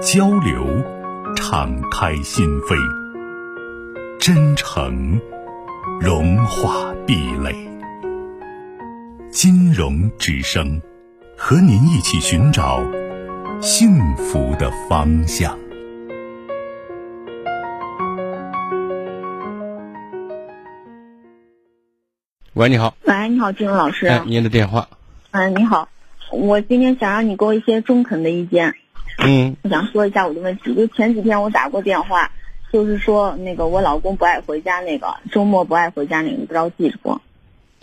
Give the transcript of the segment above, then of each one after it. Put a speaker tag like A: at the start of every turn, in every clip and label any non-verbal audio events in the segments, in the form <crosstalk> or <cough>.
A: 交流，敞开心扉；真诚，融化壁垒。金融之声，和您一起寻找幸福的方向。
B: 喂，你好，
C: 喂，你好，金龙老师。
B: 哎，您的电话，
C: 嗯，你好，我今天想让你给我一些中肯的意见。
B: 嗯
C: 我想说一下我的问题，就前几天我打过电话，就是说那个我老公不爱回家那个，周末不爱回家那个，你不知道记住不？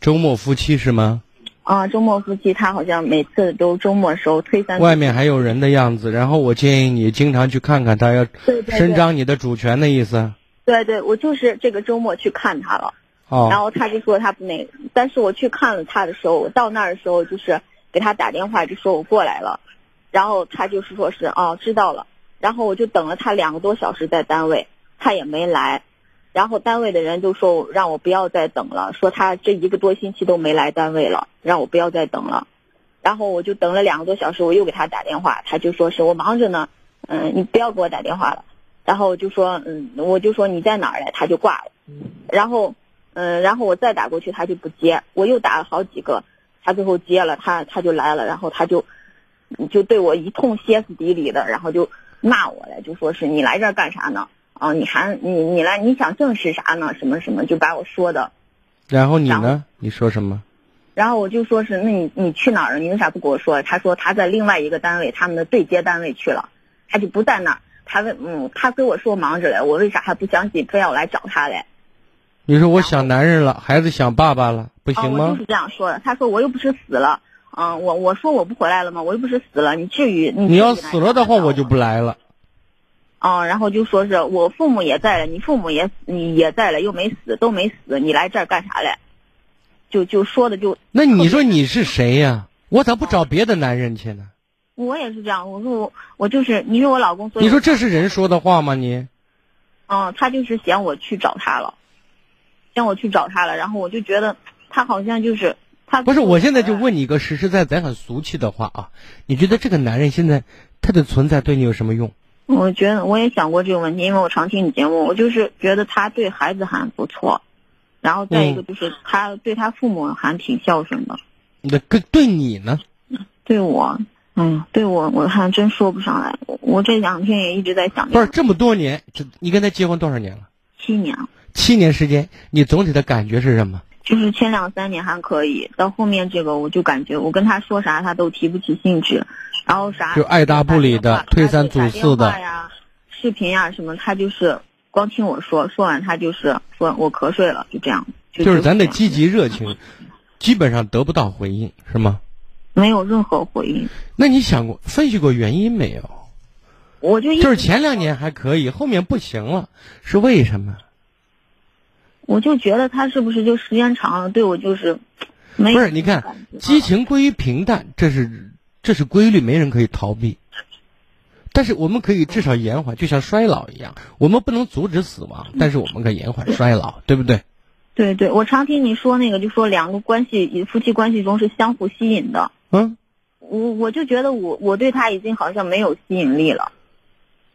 B: 周末夫妻是吗？
C: 啊，周末夫妻他好像每次都周末时候推三
B: 外面还有人的样子，然后我建议你经常去看看他，要
C: 对对
B: 伸
C: 对，
B: 张你的主权的意思。
C: 对对，我就是这个周末去看他了，然
B: 哦，
C: 后他就说他不那个，但是我去看了他的时候，我到那儿的时候就是给他打电话，就说我过来了，然后他就是说是哦知道了，然后我就等了他两个多小时在单位，他也没来，然后单位的人就说让我不要再等了，说他这一个多星期都没来单位了，让我不要再等了，然后我就等了两个多小时，我又给他打电话，他就说是我忙着呢，嗯，你不要给我打电话了，然后我就说嗯，我就说你在哪儿嘞，他就挂了，然后。嗯，然后我再打过去，他就不接，我又打了好几个，他最后接了，他他就来了，然后他就就对我一通歇斯底里的，然后就骂我了，就说是你来这儿干啥呢？啊，你还你你来你想证实啥呢？什么什么，就把我说的，
B: 然后你
C: 然
B: 呢？你说什么？
C: 然后我就说是那你你去哪儿了？你为啥不跟我说？他说他在另外一个单位，他们的对接单位去了，他就不在那儿。他问嗯，他跟我说忙着嘞，我为啥还不相信，非要来找他嘞？
B: 你说我想男人了，孩子想爸爸了，不
C: 啊，
B: 行
C: 我就
B: 吗
C: 是？这样说的。他说我又不是死了，嗯、我我说我不回来了吗？我又不是死了，你至于你
B: 你要
C: 至于来
B: 死了的话，
C: 找
B: 我就不来了。
C: 啊、然后就说是我父母也在了，你父母也你也在了，又没死，都没死，你来这儿干啥嘞？就就说的就
B: 那你说你是谁呀？我咋不找别的男人去呢？
C: 我也是这样，我说我我就是你是我老公，所以
B: 你说这是人说的话吗？你
C: 嗯，他就是嫌我去找他了，嫌我去找他了，然后我就觉得他好像就是他
B: 不是？我现在就问你一个实实在在、很俗气的话啊，你觉得这个男人现在他的存在对你有什么用？
C: 我觉得我也想过这个问题，因为我常听你节目，我就是觉得他对孩子还不错，然后再一个就是他对他父母还挺孝顺的，
B: 那跟对你呢？
C: 对我，哎呀，对我我还真说不上来。我我这两天也一直在想，
B: 不是这么多年，这你跟他结婚多少年了？
C: 七年，
B: 七年时间，你总体的感觉是什么？
C: 就是前两三年还可以，到后面这个我就感觉我跟他说啥他都提不起兴致，然后啥
B: 就爱搭不理的
C: 打电话
B: 推三阻四的
C: 啊打电话呀，视频呀什么，他就是光听我说，说完他就是说我瞌睡了，就这样。
B: 就是咱的
C: 这样
B: 积极热情，基本上得不到回应，是吗？
C: 没有任何回应。
B: 那你想过分析过原因没有？
C: 我就一
B: 就是前两年还可以，后面不行了，是为什么？
C: 我就觉得他是不是就时间长了对我就是没
B: 不是，你看，激情归于平淡，这是这是规律，没人可以逃避。但是我们可以至少延缓，就像衰老一样，我们不能阻止死亡，
C: 嗯
B: 但是我们可以延缓衰老，对不对？
C: 对对，我常听你说那个，就说两个关系夫妻关系中是相互吸引的。
B: 嗯，
C: 我我就觉得我我对他已经好像没有吸引力了。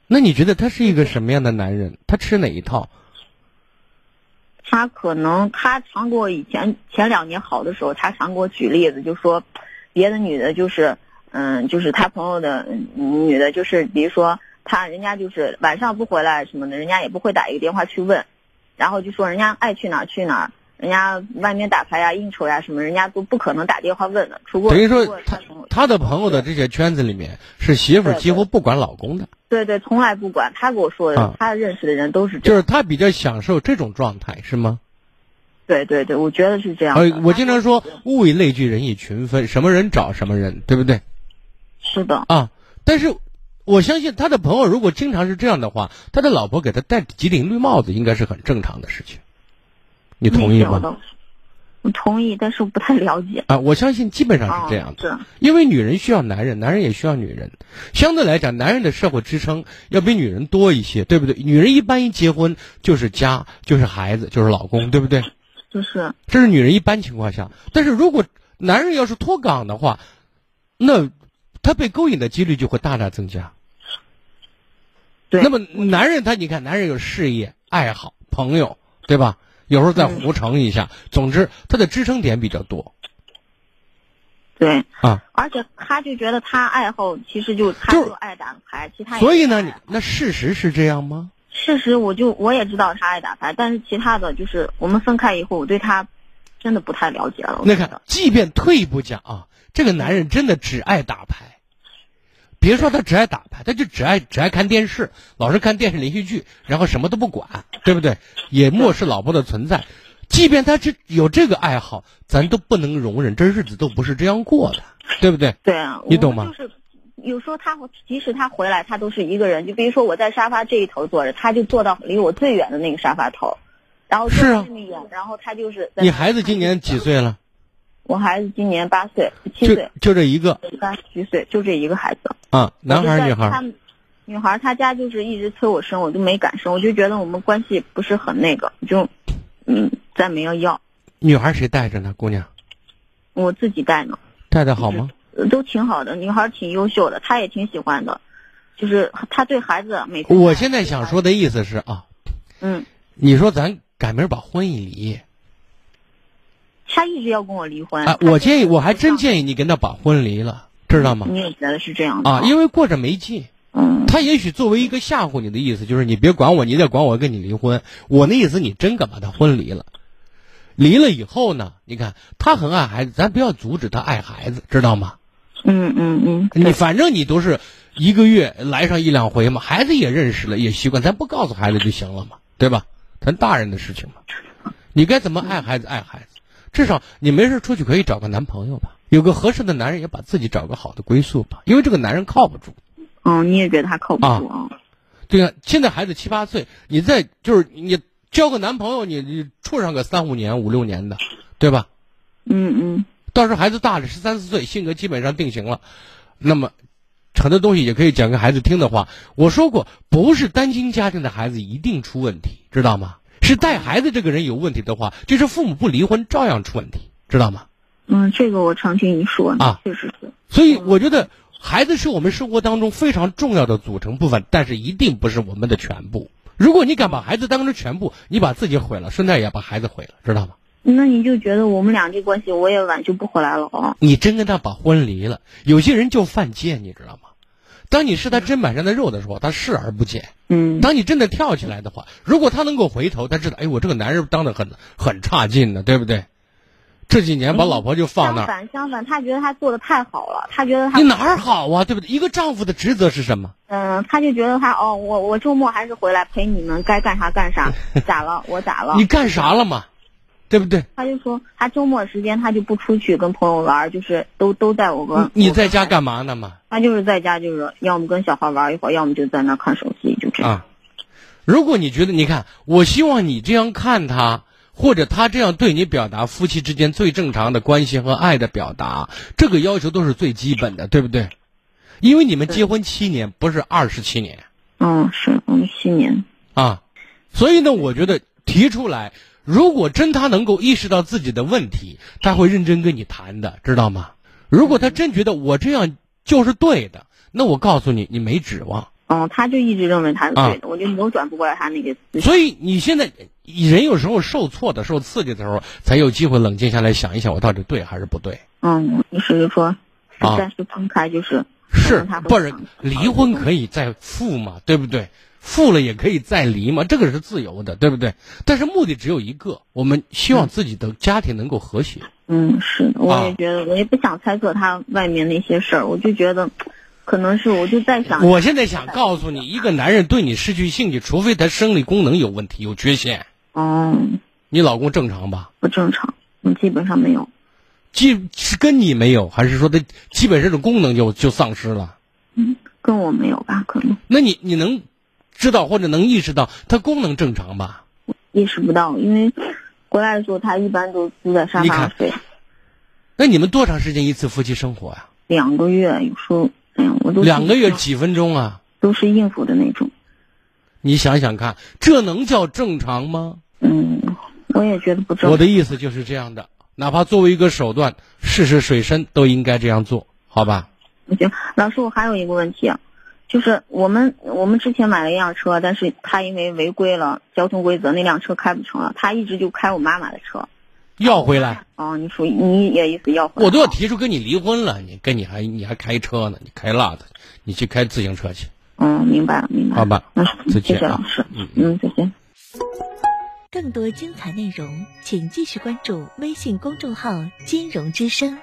B: 那你觉得他是一个什么样的男人？他吃哪一套？
C: 他可能他常给我以前前两年好的时候，他常给我举例子，就说别的女的，就是嗯，就是他朋友的嗯女的，就是比如说他人家就是晚上不回来什么的，人家也不会打一个电话去问，然后就说人家哎爱去哪儿去哪儿，人家外面打牌呀、应酬呀什么，人家都不可能打电话问的，除过
B: 等于说
C: 除过
B: 他
C: 朋友
B: 他的朋友的这些圈子里面，是媳妇儿
C: 对
B: 几乎不管老公的，
C: 对对，从来不管他给我说的，
B: 啊
C: 他认识的人都是这
B: 就
C: 样，
B: 是他比较享受这种状态，是吗？
C: 对对对，我觉得是这样的。
B: 呃，我经常说物以类聚，人以群分，什么人找什么人，对不对
C: 是的，
B: 啊？但是我相信他的朋友如果经常是这样的话，他的老婆给他戴几顶绿帽子应该是很正常的事情，你同意
C: 嗯没有
B: 吗？
C: 的？我同意，但是我不太了解。
B: <laughs> 啊，我相信基本上
C: 啊，
B: 是这样的，
C: 是
B: 因为女人需要男人，男人也需要女人。相对来讲，男人的社会支撑要比女人多一些，对不对？女人一般一结婚就是家，就是孩子，就是老公，对不对？
C: 就是
B: 这是女人一般情况下。但是如果男人要是脱岗的话，那他被勾引的几率就会大大增加。
C: 对。
B: 那么男人他，你看，男人有事业、爱好、朋友，对吧？有时候再
C: 嗯
B: 胡成一下，总之他的支撑点比较多
C: 对，
B: 啊。
C: 而且他就觉得他爱好其实就他
B: 就是
C: 就爱打牌，其他也
B: 所以
C: 不
B: 呢，
C: 爱
B: 你那事实是这样吗？
C: 事实我就我也知道他爱打牌，但是其他的就是我们分开以后，我对他真的不太了解了。我
B: 那
C: 觉
B: 看
C: 得，
B: 即便退一步讲啊，这个男人真的只爱打牌。别说他只爱打牌，他就只爱只爱看电视，老是看电视连续剧，然后什么都不管，对不对？也漠视老婆的存在。即便他这有这个爱好，咱都不能容忍，这日子都不是这样过的，对不对？
C: 对啊，
B: 你
C: 我
B: 懂吗
C: 就是有时候他会即使他回来，他都是一个人。就比如说我在沙发这一头坐着，他就坐到离我最远的那个沙发头，然后坐
B: 是啊
C: 那么远，然后他就是在
B: 你孩子今年几？岁了？
C: 我孩子今年八岁，七
B: 就
C: 岁，
B: 就这一个
C: 八七岁，就这一个孩子。
B: 啊，男孩
C: 我
B: 儿
C: 就在
B: 女孩
C: 他
B: 儿？
C: 们女孩儿，她家就是一直催我生，我就没敢生，我就觉得我们关系不是很那个，就嗯，再没有要，
B: 女孩儿谁带着呢？姑娘
C: 我自己带呢，
B: 带的好吗？
C: 呃都挺好的，女孩儿挺优秀的，她也挺喜欢的，就是她对孩子每天
B: 我现在想说的意思是啊，
C: 嗯，
B: 你说咱改明儿把婚一离
C: 她一直要跟我离婚
B: 啊，
C: 她
B: 我
C: 就
B: 建议我还真建议你跟他把婚离了，知道吗？
C: 你也觉得是这样的
B: 啊，因为过着没劲。
C: 嗯
B: 他也许作为一个吓唬你的意思，就是你别管我，你得管我跟你离婚。我那意思，你真敢把他婚离了，离了以后呢，你看他很爱孩子，咱不要阻止他爱孩子，知道吗？
C: 嗯嗯嗯，
B: 你反正你都是一个月来上一两回嘛，孩子也认识了，也习惯，咱不告诉孩子就行了嘛，对吧？咱大人的事情嘛，你该怎么爱孩子爱孩子，至少你没事出去可以找个男朋友吧，有个合适的男人也把自己找个好的归宿吧，因为这个男人靠不住。
C: 嗯，你也觉得他靠不住啊？
B: 对啊，现在孩子七八岁，你再就是你交个男朋友，你你处上个三五年、五六年的，对吧？
C: 嗯嗯，
B: 到时候孩子大了，十三四岁，性格基本上定型了，那么很多东西也可以讲给孩子听的话。我说过，不是单亲家庭的孩子一定出问题，知道吗？是带孩子这个人有问题的话，就是父母不离婚照样出问题，知道吗？
C: 嗯，这个我常听你说呢
B: 啊
C: 确实是，
B: 所以我觉得孩子是我们生活当中非常重要的组成部分，但是一定不是我们的全部。如果你敢把孩子当成全部，你把自己毁了，顺带也把孩子毁了，知道吗？
C: 那你就觉得我们俩这关系我也挽救不回来了啊？
B: 你真跟他把婚离了，有些人就犯贱，你知道吗？当你是他砧板上的肉的时候，他视而不见；
C: 嗯。
B: 当你真的跳起来的话，如果他能够回头，他知道，哎，我这个男人当的很很差劲呢，对不对？这几年把老婆就放那
C: 相
B: 儿，
C: 反，相反，他觉得他做的太好了，他觉得他
B: 你哪儿好啊，对不对？一个丈夫的职责是什么？
C: 嗯、他就觉得他哦，我我周末还是回来陪你们，该干啥
B: <laughs>
C: 干啥，咋了？我咋了
B: 你？干啥了嘛？对不对？
C: 他就说他周末时间他就不出去跟朋友玩，就是都都在我跟
B: 你
C: 我
B: 在家干嘛呢嘛？
C: 他就是在家就是要么跟小孩玩一会儿，要么就在那看手机，就这样。
B: 啊，如果你觉得，你看，我希望你这样看他，或者他这样对你表达夫妻之间最正常的关系和爱的表达，这个要求都是最基本的，对不对？因为你们结婚七年，不是二十七年
C: 嗯，是我们七年。
B: 啊，所以呢，我觉得提出来，如果真他能够意识到自己的问题，他会认真跟你谈的，知道吗？如果他真觉得我这样就是对的，那我告诉你，你没指望。
C: 嗯，他就一直认为他是对的，
B: 啊
C: 我就扭转不过来他那个思想。
B: 所以你现在人有时候受挫的、受刺激的时候，才有机会冷静下来想一想，我到底对还是不对？
C: 嗯，意思就是说，实
B: 啊
C: 在是分开就是
B: 是
C: 可能他会
B: 不是
C: 想
B: 离婚可以再复嘛，对不对？复了也可以再离嘛，这个是自由的，对不对？但是目的只有一个，我们希望自己的家庭能够和谐。
C: 嗯，是的，我
B: 啊
C: 也觉得，我也不想猜测他外面那些事儿，我就觉得，可能是我就在想，
B: 我现在想告诉你，一个男人对你失去兴趣，除非他生理功能有问题、有缺陷。
C: 嗯，
B: 你老公正常吧？
C: 不正常，嗯，基本上没有，
B: 基是跟你没有，还是说他基本这种功能就就丧失了？
C: 跟我没有吧？可能
B: 那你你能知道或者能意识到它功能正常吧？
C: 意识不到，因为回来的时候他一般都坐在沙
B: 你
C: 发上
B: 看
C: 睡，
B: 那你们多长时间一次夫妻生活呀、
C: 两个月有时候，哎呀，我都是
B: 两个月几分钟啊？
C: 都是应付的那种。
B: 你想想看，这能叫正常吗？
C: 嗯，我也觉得不正
B: 我的意思就是这样的，哪怕作为一个手段，试试水深都应该这样做，好吧？
C: 行，老师，我还有一个问题，就是我们我们之前买了一辆车，但是他因为违规了交通规则，那辆车开不成了，他一直就开我妈妈的车。
B: 要回来，
C: 哦，你属于你也意思要回来
B: 我都要提出跟你离婚了，你跟你还你还开车呢，你开辣的，你去开自行车去，
C: 嗯，明白了，明白了。
B: 好吧？
C: 嗯，
B: 再
C: 谢
B: 见
C: 谢
B: 啊
C: 老师。
B: 嗯
C: 嗯，再见。
D: 更多精彩内容，请继续关注微信公众号“金融之声”。